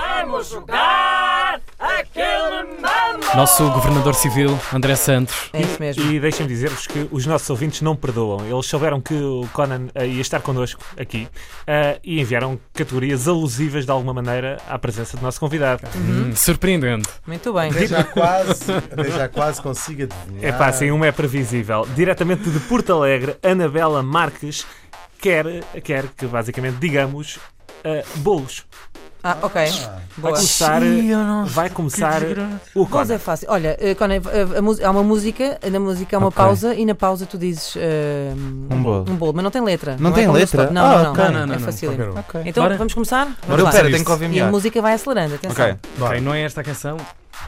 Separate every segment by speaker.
Speaker 1: vamos jogar aquele mambo.
Speaker 2: Nosso governador civil, André Santos.
Speaker 3: É isso mesmo.
Speaker 4: E deixem-me dizer-vos que os nossos ouvintes não perdoam. Eles souberam que o Conan eh, ia estar connosco aqui eh, e enviaram categorias alusivas de alguma maneira à presença do nosso convidado.
Speaker 2: Hum, Surpreendente.
Speaker 3: Muito bem.
Speaker 5: Até já quase, até já quase consigo adivinhar.
Speaker 4: É pá, assim, uma é previsível. Diretamente de Porto Alegre, Anabela Marques quer, quer que basicamente digamos eh, bolos.
Speaker 3: Ah, ok. Boa.
Speaker 4: Vai começar, vai começar o
Speaker 3: Boas
Speaker 4: Conan.
Speaker 3: é fácil. Olha, eh, Conan, eh, a mu- há uma música, na música há uma
Speaker 6: Ok.
Speaker 3: pausa e na pausa tu dizes eh, um,
Speaker 6: Um bolo.
Speaker 3: bolo, mas não tem letra.
Speaker 6: Não
Speaker 3: é
Speaker 6: tem
Speaker 3: como no
Speaker 6: letra?
Speaker 3: stop. Não,
Speaker 6: Ah,
Speaker 3: não, não,
Speaker 6: ok.
Speaker 3: não,
Speaker 2: Não, não,
Speaker 3: É
Speaker 2: não,
Speaker 3: facílio.
Speaker 6: Ok.
Speaker 3: Então
Speaker 2: Bora.
Speaker 3: vamos começar? Vamos
Speaker 6: Agora eu
Speaker 3: lá.
Speaker 6: espero, tenho que ouvir
Speaker 3: E a
Speaker 6: melhor.
Speaker 3: música vai acelerando, atenção.
Speaker 6: Ok.
Speaker 5: Bora.
Speaker 2: Ok, não é esta a canção,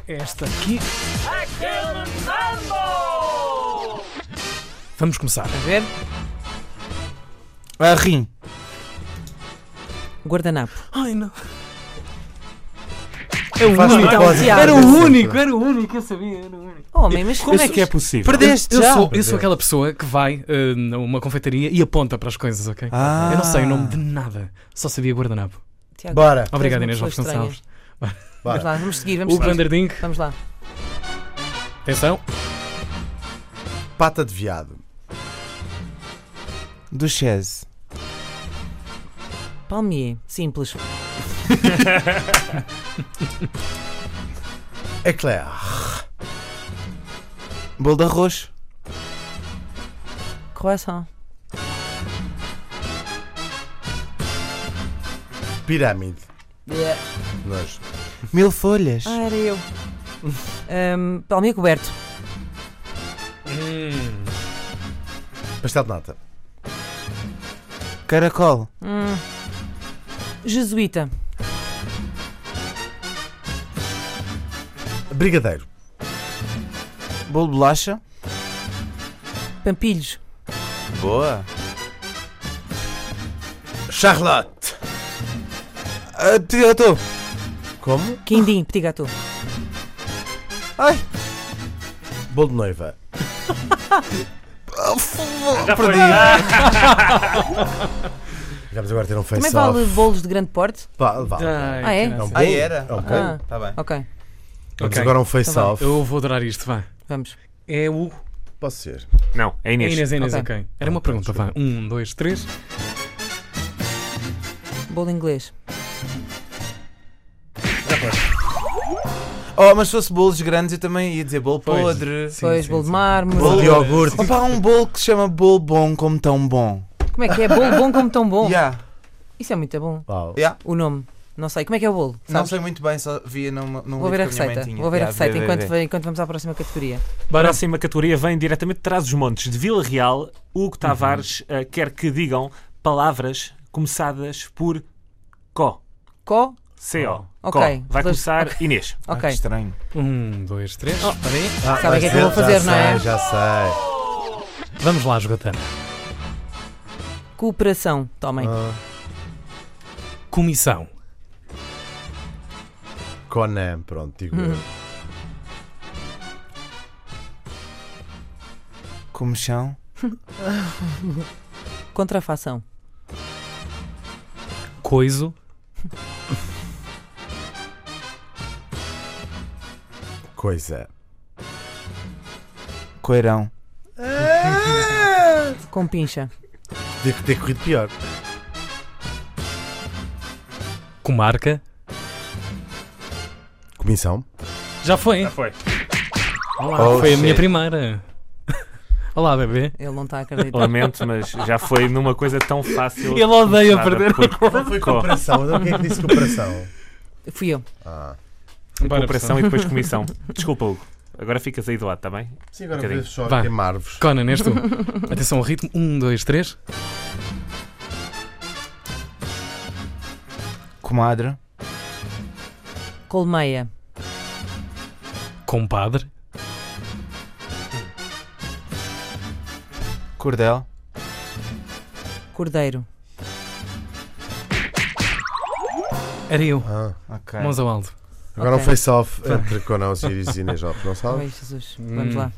Speaker 2: é esta aqui.
Speaker 1: Aquele mambo.
Speaker 2: Vamos começar.
Speaker 3: A ver?
Speaker 6: Ah, rim.
Speaker 3: Guardanapo.
Speaker 2: Ai não. É
Speaker 3: um
Speaker 2: o
Speaker 6: Faz
Speaker 2: único.
Speaker 6: propósito.
Speaker 2: Era o
Speaker 6: Sempre.
Speaker 2: único, era o único, eu sabia, era o único.
Speaker 3: Oh, homem, mas
Speaker 4: Como é que é possível?
Speaker 6: Perdeste
Speaker 2: Eu
Speaker 6: já.
Speaker 2: sou, eu sou aquela pessoa que vai eh, numa confeitaria e aponta para as coisas, ok?
Speaker 6: Ah.
Speaker 2: Eu não sei o nome de nada, só sabia guardanapo.
Speaker 3: Tiago,
Speaker 5: Bora,
Speaker 2: Obrigado,
Speaker 3: uma
Speaker 2: Inês
Speaker 3: pessoa
Speaker 2: Lopes Gonçalves.
Speaker 3: Vamos
Speaker 5: bora.
Speaker 3: lá, vamos seguir, vamos
Speaker 2: O
Speaker 3: seguir.
Speaker 2: Branderdink,
Speaker 3: Vamos lá.
Speaker 2: atenção.
Speaker 5: Pata de viado.
Speaker 6: Do Chese.
Speaker 3: Palmier, simples.
Speaker 5: Eclair.
Speaker 6: Bolo de arroz.
Speaker 3: Croissant,
Speaker 5: Pirâmide. Nós.
Speaker 6: Mil folhas.
Speaker 3: Ah, era eu. Ahm, Palmia coberto.
Speaker 5: Pastel de nata.
Speaker 6: Caracol.
Speaker 3: Hum. Jesuíta.
Speaker 5: Brigadeiro.
Speaker 6: Bolo de bolacha.
Speaker 3: Pampilhos.
Speaker 6: Boa.
Speaker 5: Charlotte.
Speaker 6: Ah, eu estou.
Speaker 5: Como?
Speaker 3: Quindim, petit gâteau.
Speaker 6: Ai.
Speaker 5: Bolo de noiva.
Speaker 4: Já foi.
Speaker 5: Vamos agora ter um
Speaker 3: Também
Speaker 5: face-off.
Speaker 3: vale bolos de grande porte?
Speaker 5: Va- vale.
Speaker 3: Ah, é?
Speaker 2: que
Speaker 5: É um
Speaker 2: não sei.
Speaker 5: bolo.
Speaker 6: Ah, era?
Speaker 5: É um
Speaker 6: Ok.
Speaker 5: bolo.
Speaker 6: Tá bem.
Speaker 3: Ok,
Speaker 5: Vamos
Speaker 2: Ok. Tá
Speaker 5: agora a um face-off.
Speaker 2: Eu vou adorar isto, vá.
Speaker 3: vamos.
Speaker 2: É o.
Speaker 5: Posso ser.
Speaker 4: Não, é
Speaker 2: É
Speaker 4: Inês.
Speaker 2: Inês, é Inês,
Speaker 3: Ok.
Speaker 2: ok. Era uma pergunta, vá. Um, dois, três.
Speaker 3: Bolo inglês.
Speaker 6: Oh, mas se fosse bolos grandes eu também ia dizer bolo
Speaker 2: Pois.
Speaker 6: podre.
Speaker 2: Sim,
Speaker 3: Pois,
Speaker 2: sim,
Speaker 3: bolo de
Speaker 2: sim.
Speaker 3: mármore.
Speaker 5: Bolo de iogurte.
Speaker 6: Opa, há um bolo que se chama bolo bom como tão bom.
Speaker 3: Como é que é? Bolo bom como tão bom.
Speaker 6: Yeah.
Speaker 3: Isso é muito bom.
Speaker 5: Uau.
Speaker 6: Yeah.
Speaker 3: O nome. Não sei. Como é que é o bolo?
Speaker 6: Não
Speaker 3: Sabes?
Speaker 6: sei muito bem, só via numa, num
Speaker 3: Vou ver a
Speaker 6: livro que minha mãe
Speaker 3: receita.
Speaker 6: tinha.
Speaker 3: Vou ver a
Speaker 6: Yeah,
Speaker 3: receita
Speaker 6: vê, vê,
Speaker 3: enquanto,
Speaker 6: vê.
Speaker 3: enquanto vamos à próxima categoria.
Speaker 4: A
Speaker 2: Bora.
Speaker 4: próxima categoria vem diretamente de trás dos montes, de Vila Real.
Speaker 2: Uhum.
Speaker 4: Hugo Tavares eh, quer que digam palavras começadas por CO.
Speaker 3: Co?
Speaker 4: C-O.
Speaker 2: Oh.
Speaker 3: Ok.
Speaker 4: CO. Vai
Speaker 3: Dois-
Speaker 4: começar Inês.
Speaker 6: Ah, que
Speaker 3: Ok.
Speaker 6: estranho.
Speaker 2: Um, dois, três.
Speaker 5: Ah,
Speaker 3: Sabe o que é que
Speaker 5: já
Speaker 3: eu vou fazer,
Speaker 5: sei,
Speaker 3: não é?
Speaker 5: Já sei.
Speaker 2: Vamos lá, esgotando.
Speaker 3: Cooperação. Tomem.
Speaker 6: Ah.
Speaker 2: Comissão.
Speaker 5: Conan, pronto, digo eu.
Speaker 6: Como chão.
Speaker 3: Contrafação.
Speaker 2: Coiso.
Speaker 5: Coisa.
Speaker 6: Coeirão.
Speaker 3: Com pincha.
Speaker 5: Devo ter corrido pior.
Speaker 2: Comarca.
Speaker 5: Comissão.
Speaker 2: Já foi.
Speaker 4: Já foi.
Speaker 2: Olá,
Speaker 6: Oh,
Speaker 2: foi a
Speaker 6: shit.
Speaker 2: minha primeira. Olá, bebê.
Speaker 3: Ele não está a acreditar.
Speaker 4: Lamento, mas já foi numa coisa tão fácil.
Speaker 2: Ele odeia
Speaker 4: começada
Speaker 2: perder.
Speaker 4: por
Speaker 5: Não foi
Speaker 4: Co.
Speaker 5: cooperação. Então quem é que disse cooperação?
Speaker 3: Fui eu.
Speaker 5: Ah.
Speaker 4: Cooperação e depois comissão. Desculpa, Hugo. Agora ficas aí do lado, está bem?
Speaker 5: Sim, agora
Speaker 4: Um bocadinho.
Speaker 5: vejo só
Speaker 2: Vá.
Speaker 5: queimar-vos.
Speaker 2: Conan, és tu. Atenção ao ritmo. Um, dois, três.
Speaker 6: Comadre.
Speaker 3: Colmeia.
Speaker 2: Compadre.
Speaker 6: Cordel.
Speaker 3: Cordeiro.
Speaker 2: Era eu.
Speaker 5: Ah.
Speaker 6: Ok.
Speaker 2: Mãos ao alto.
Speaker 5: Agora
Speaker 3: Ok. é.
Speaker 5: um face-off entre Conan Osiris e Inês Lopes,
Speaker 6: Oh.
Speaker 5: não
Speaker 3: Ai,
Speaker 5: sabe?
Speaker 3: Jesus.
Speaker 6: Hum.
Speaker 3: Vamos lá.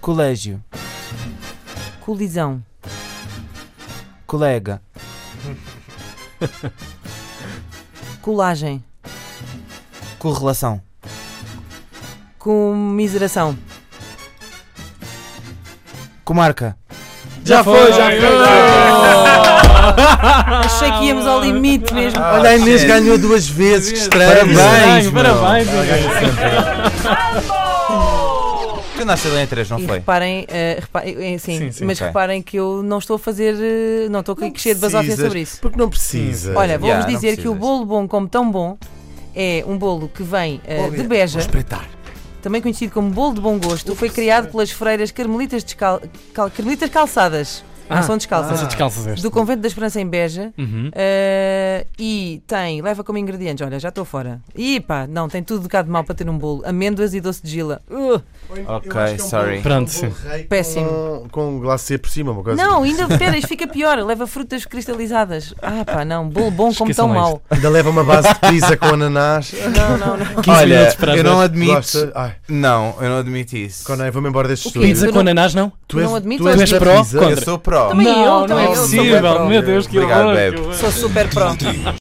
Speaker 6: Colégio.
Speaker 3: Colisão.
Speaker 6: Colega.
Speaker 3: Colagem.
Speaker 6: Correlação.
Speaker 3: Comiseração.
Speaker 6: Comarca.
Speaker 2: Já foi, já
Speaker 6: Oh,
Speaker 3: Achei que íamos ao limite mesmo.
Speaker 6: Olha, a Inês ganhou duas vezes. Que estranho.
Speaker 2: Parabéns,
Speaker 6: Parabéns.
Speaker 2: parabéns.
Speaker 6: Que nasceu em três, não
Speaker 3: E
Speaker 6: foi?
Speaker 3: reparem, eh, reparem- eh, sim,
Speaker 2: Sim, sim,
Speaker 3: mas
Speaker 6: ok.
Speaker 3: reparem que eu não estou a fazer, eh, não estou aqui cheio de basófia
Speaker 5: precisas,
Speaker 3: sobre isso.
Speaker 5: Porque não precisa.
Speaker 3: Olha, vou-vos
Speaker 6: yeah, não
Speaker 3: dizer que o
Speaker 6: precisas.
Speaker 3: bolo bom como tão bom é um bolo que vem eh, de Beja,
Speaker 6: Espreitar.
Speaker 3: também conhecido como bolo de bom gosto, foi criado pelas freiras carmelitas, descal- cal- carmelitas calçadas,
Speaker 2: Ah.
Speaker 3: não são descalças,
Speaker 2: Descalças este.
Speaker 3: do Convento da Esperança em Beja.
Speaker 2: Uhum.
Speaker 3: eh, e tem, leva como ingredientes, olha, já estou fora. E pá, não, tem tudo de cá de mal para ter um bolo: amêndoas e doce de gila. Uh,
Speaker 6: Ok,
Speaker 5: é um
Speaker 6: sorry.
Speaker 2: Pronto, sim.
Speaker 5: Com,
Speaker 3: Péssimo.
Speaker 5: com um glacê por cima, uma coisa.
Speaker 3: Não, ainda pera, isto fica pior. Leva frutas cristalizadas. Ah, pá, não. Bolo bom como
Speaker 2: Esqueçam
Speaker 3: tão mau.
Speaker 5: Ainda leva uma base de pizza com ananás.
Speaker 3: Não, não, não.
Speaker 2: 15
Speaker 6: Olha,
Speaker 2: minutos para
Speaker 6: eu
Speaker 2: as
Speaker 6: não
Speaker 2: dez.
Speaker 6: admito.
Speaker 5: Gosta? Ai,
Speaker 6: Não, eu não admito isso.
Speaker 5: Conan, vou-me embora deste
Speaker 3: O quê?
Speaker 5: estúdio.
Speaker 2: Pizza
Speaker 3: Eu
Speaker 2: com
Speaker 3: não-
Speaker 2: ananás, não?
Speaker 5: Tu és,
Speaker 3: não admito
Speaker 5: tu és
Speaker 2: isso.
Speaker 5: da
Speaker 2: Tu és pró?
Speaker 5: pizza?
Speaker 2: Contra.
Speaker 6: Eu sou pró.
Speaker 3: Também eu,
Speaker 2: não, não
Speaker 3: também
Speaker 2: é
Speaker 3: eu. Sou
Speaker 2: possível.
Speaker 3: bem pró.
Speaker 2: Meu Deus, que
Speaker 6: Obrigado,
Speaker 2: horror.
Speaker 6: babe.
Speaker 2: que horror.
Speaker 3: Sou super pró.